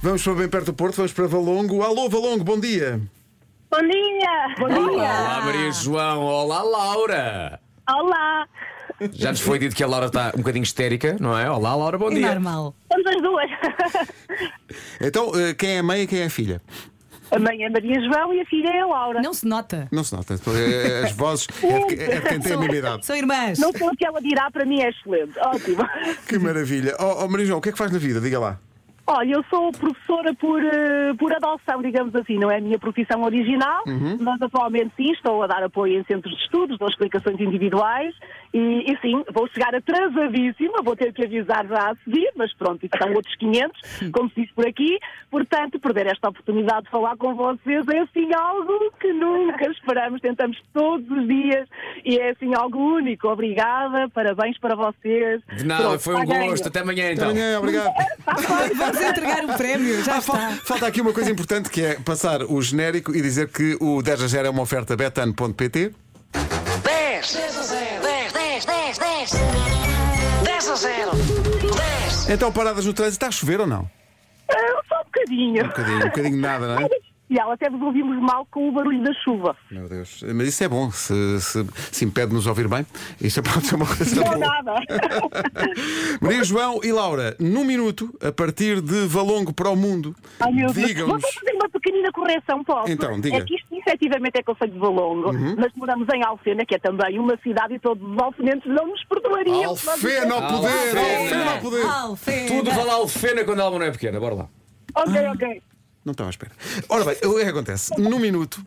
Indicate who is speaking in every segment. Speaker 1: Vamos para bem perto do Porto, vamos para Valongo. Alô, Valongo, bom dia.
Speaker 2: Bom dia! Bom
Speaker 3: Olá, Maria João. Olá, Laura.
Speaker 2: Olá!
Speaker 3: Já nos foi dito que a Laura está um bocadinho histérica, não é? Olá, Laura, bom
Speaker 4: É
Speaker 3: dia.
Speaker 4: normal.
Speaker 2: Somos as duas!
Speaker 1: Então, eh, quem é a mãe e quem é a filha?
Speaker 2: A mãe é Maria João e a filha é a Laura.
Speaker 4: Não se nota.
Speaker 1: Não se nota. eh, As vozes é de que- é de quem tem a mesma idade.
Speaker 4: São irmãs.
Speaker 2: Não sei o que ela dirá, para mim é excelente. Ótimo.
Speaker 1: Que maravilha. Ó oh, Maria João, o que é que faz na vida? Diga lá.
Speaker 2: Olha, eu sou professora por, eh, por adoção, digamos assim. Não é a minha profissão original,
Speaker 3: Uhum.
Speaker 2: mas atualmente sim, estou a dar apoio em centros de estudos, dou explicações individuais e, e sim, vou chegar atrasadíssima, vou ter que avisar já a seguir, mas pronto, isso são outros 500, como se diz por aqui. Portanto, perder esta oportunidade de falar com vocês é assim algo que nunca esperamos, tentamos todos os dias e é assim algo único. Obrigada, parabéns para vocês.
Speaker 3: De nada,
Speaker 2: Pronto,
Speaker 3: foi um
Speaker 2: está ganho.
Speaker 3: gosto. Até amanhã, então.
Speaker 1: Amanhã, obrigado.
Speaker 4: Vamos entregar o prémio, já
Speaker 1: Ah, fal-
Speaker 4: está.
Speaker 1: falta aqui uma coisa importante que é passar o genérico e dizer que o 10 a 0 é uma oferta betano.pt.
Speaker 5: 10 10 10 10 10 10 a 0 10
Speaker 1: Então, paradas no trânsito, está a chover ou não?
Speaker 2: Ah, Só um bocadinho.
Speaker 1: Um bocadinho, um bocadinho de nada, não é?
Speaker 2: Nada de especial, até vos ouvimos mal com o barulho da chuva.
Speaker 1: Meu Deus. Mas isso é bom, se, se, se impede-nos ouvir bem. Isso é pode ser uma coisa
Speaker 2: Não é
Speaker 1: boa.
Speaker 2: nada.
Speaker 1: Maria João e Laura, num minuto, a partir de Valongo para o Mundo,
Speaker 2: Ai, meu Deus. Vou
Speaker 1: digam-nos.
Speaker 2: só fazer uma pequenina correção, posso?
Speaker 1: Então, diga. Uhum.
Speaker 2: É que isto efetivamente é Conselho de Valongo, mas moramos em Alfena, que é também uma cidade e todos os alfenenses não nos perdoariam.
Speaker 1: Alfeno ao poder! Alfeno ao poder!
Speaker 4: Alfena.
Speaker 3: Tudo vai lá alfena quando a alma não é pequena. Bora lá.
Speaker 2: é- Ok, ok.
Speaker 1: Não estava à espera. Ora bem, o que é que acontece? Num minuto,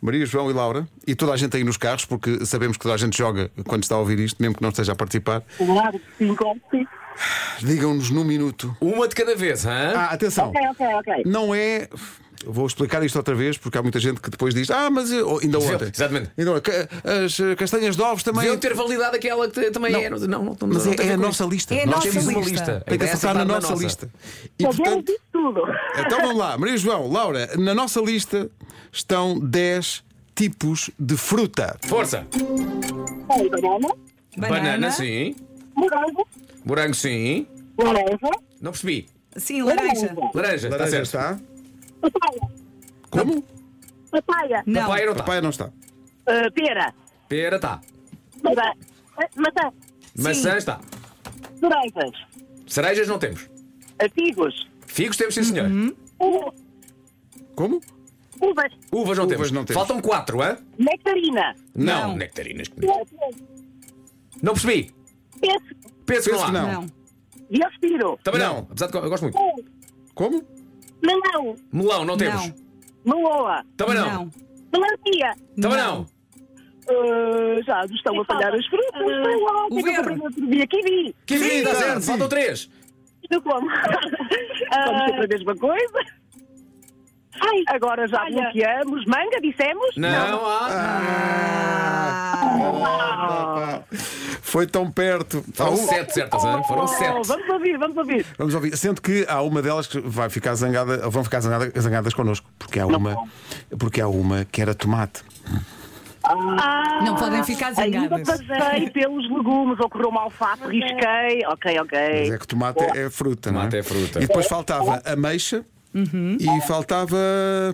Speaker 1: Maria, João e Laura, e toda a gente aí nos carros, porque sabemos que toda a gente joga quando está a ouvir isto, mesmo que não esteja a participar,
Speaker 2: Claro que sim, claro que sim.
Speaker 1: digam-nos num minuto.
Speaker 3: Uma de cada vez, hã?
Speaker 1: Ah, atenção!
Speaker 2: Ok, ok, Então, ok.
Speaker 1: Não é. Vou explicar isto outra vez, porque há muita gente que depois diz: Ah, mas eu... ainda ontem.
Speaker 3: Exatamente.
Speaker 1: Ainda ontem. Ca- As eh, castanhas de ovos também.
Speaker 3: Deviam ter validado aquela que também é. Não, não, não, não
Speaker 1: Mas
Speaker 3: não
Speaker 1: é,
Speaker 3: tem
Speaker 1: é a
Speaker 3: com
Speaker 1: nossa
Speaker 3: isto.
Speaker 1: lista.
Speaker 4: É a
Speaker 1: Nós
Speaker 4: nossa
Speaker 1: temos
Speaker 3: Temos
Speaker 1: uma-
Speaker 3: uma
Speaker 4: lista.
Speaker 3: lista.
Speaker 1: Tem que
Speaker 3: Essa
Speaker 1: acertar na
Speaker 3: está
Speaker 1: nossa lista. E
Speaker 2: Sabemos
Speaker 1: portanto.
Speaker 2: disso tudo.
Speaker 1: Então vamos lá, Maria João, Laura, na nossa lista estão 10 tipos de fruta.
Speaker 3: Força.
Speaker 2: Tem banana,
Speaker 3: Banana. sim.
Speaker 2: morango,
Speaker 3: Morango, sim.
Speaker 2: laranja,
Speaker 3: Não percebi.
Speaker 4: Sim, laranja.
Speaker 3: Laranja, está certo.
Speaker 1: está?
Speaker 2: papaya,
Speaker 1: Tá Como?
Speaker 2: papaya,
Speaker 4: Não.
Speaker 3: Papaya não está.
Speaker 1: Papai não está.
Speaker 2: ah, pera,
Speaker 3: Pera tá. está.
Speaker 2: maçã, ah, maçã,
Speaker 3: Maçã está.
Speaker 2: cerejas,
Speaker 3: tá. Cerejas não temos.
Speaker 2: ah, figos,
Speaker 3: Figos temos, sim, senhor.
Speaker 2: u-
Speaker 1: Como?
Speaker 2: uvas,
Speaker 3: Uvas não
Speaker 1: Uvas
Speaker 3: temos.
Speaker 1: não temos.
Speaker 3: Faltam quatro, hã?
Speaker 2: nectarina.
Speaker 3: Não.
Speaker 4: Não.
Speaker 3: Nectarinas. Não percebi.
Speaker 2: Esse
Speaker 3: Penso que
Speaker 1: Penso
Speaker 3: não há.
Speaker 1: que não.
Speaker 4: Não.
Speaker 2: eu aspiro.
Speaker 3: Também não.
Speaker 1: Não.
Speaker 3: Apesar de que eu gosto muito.
Speaker 1: Como?
Speaker 2: Melão,
Speaker 3: Melão não temos.
Speaker 4: Não.
Speaker 2: meloa,
Speaker 3: Também não.
Speaker 4: Não.
Speaker 2: melancia.
Speaker 3: Também não.
Speaker 2: Uh, já nos estão a falhar as
Speaker 4: ah,
Speaker 2: frutas. Sei lá, o que é que eu
Speaker 4: verde.
Speaker 2: comprei no outro dia? Kiwi.
Speaker 3: Que
Speaker 1: Sim,
Speaker 3: vida,
Speaker 1: tá
Speaker 3: certo.
Speaker 1: certo, sim.
Speaker 3: Faltam três.
Speaker 2: Isto como? Vamos sempre a mesma coisa. Agora já bloqueamos. Manga, dissemos?
Speaker 3: Não, há.
Speaker 1: Foi tão perto. Há
Speaker 3: Foram
Speaker 1: um-
Speaker 3: sete certas, hã? Foram
Speaker 2: Oh,
Speaker 3: sete.
Speaker 2: vamos ouvir, vamos ouvir.
Speaker 1: Vamos ouvir. Sendo que há uma delas que vai ficar zangada, vão ficar zangada, zangadas connosco, porque há uma, porque há uma que era tomate.
Speaker 4: Ah, Não podem ficar
Speaker 2: Ah, Ainda
Speaker 4: zangadas.
Speaker 2: passei pelos legumes, ocorreu uma alface, risquei. Ok,
Speaker 1: Mas
Speaker 2: ok.
Speaker 1: é que tomate é, é fruta, não é?
Speaker 3: Tomate é fruta.
Speaker 1: E depois faltava ameixa e faltava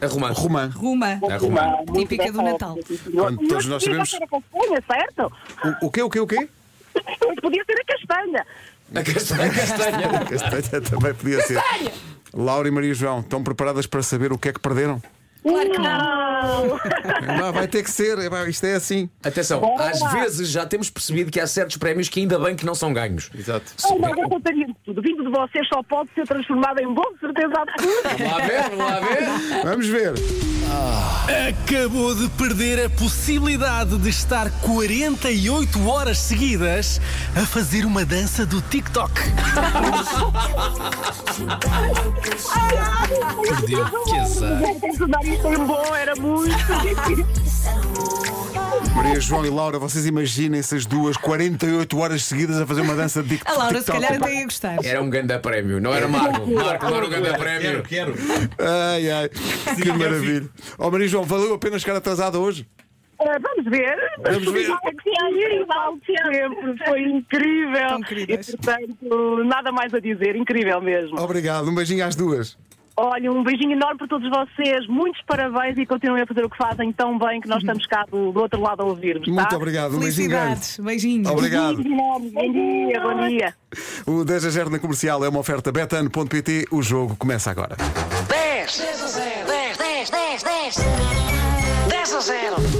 Speaker 3: A romã.
Speaker 1: romã.
Speaker 4: Ruma.
Speaker 3: É romano.
Speaker 4: Típica do Natal.
Speaker 1: Quando todos nós sabemos-
Speaker 2: Podia ser a castanha, certo?
Speaker 1: O, o quê, o quê, o quê?
Speaker 2: Podia ser a castanha.
Speaker 3: A castanha. A castanha.
Speaker 1: Castanha também podia ser. Laura e Maria João, estão preparadas para saber o que é que perderam?
Speaker 4: Claro que não.
Speaker 2: Não.
Speaker 1: Ah, vai ter que ser, eh, pá, isto é assim.
Speaker 3: Atenção,
Speaker 2: Bora
Speaker 3: às
Speaker 2: lá.
Speaker 3: vezes já temos percebido que há certos prémios que ainda bem que não são ganhos.
Speaker 1: Exato.
Speaker 2: Ai, não, eu contaria de tudo. Vindo de vocês só pode ser transformado em bom, de certeza absoluta.
Speaker 3: Vamos lá ver, vamos lá ver.
Speaker 1: Vamos ver.
Speaker 6: Acabou de perder a possibilidade de estar 48 horas seguidas a fazer uma dança do TikTok. Perdeu.
Speaker 1: Ah,
Speaker 6: Que azar.
Speaker 2: Transformar isto em bom era muito difícil.
Speaker 1: Maria João e Laura, vocês imaginem-se as duas 48 horas seguidas a fazer uma dança de
Speaker 4: A
Speaker 1: TikTok.
Speaker 4: Laura, se calhar até ia gostar.
Speaker 3: Era um grande prémio, não era Marco. Marco não era um grande prémio.
Speaker 6: quero.
Speaker 1: Ai, ai,
Speaker 3: é
Speaker 1: que maravilha.
Speaker 3: assim.
Speaker 1: Ó Maria João, valeu a pena chegar atrasada hoje?
Speaker 2: Ah, Vamos ver. Mas
Speaker 1: Vamos ver.
Speaker 2: tudo é que é igual de sempre. Foi incrível.
Speaker 4: Tão
Speaker 2: E
Speaker 4: queridas.
Speaker 2: portanto, nada mais a dizer. Incrível mesmo.
Speaker 1: Obrigado, um beijinho às duas.
Speaker 2: Olha, um beijinho enorme para todos vocês, muitos parabéns e continuem a fazer o que fazem tão bem que nós estamos cá do, do outro lado a ouvir-vos. tá?
Speaker 1: Muito obrigado, um beijinho grande.
Speaker 4: Felicidades. Beijinhos.
Speaker 1: Obrigado.
Speaker 2: Beijinho enorme, Bom dia, bom dia.
Speaker 1: O 10 a 0 na comercial é uma oferta betano.pt. O jogo começa agora.
Speaker 5: 10 10 a 0 10 10 10 10 10 a 0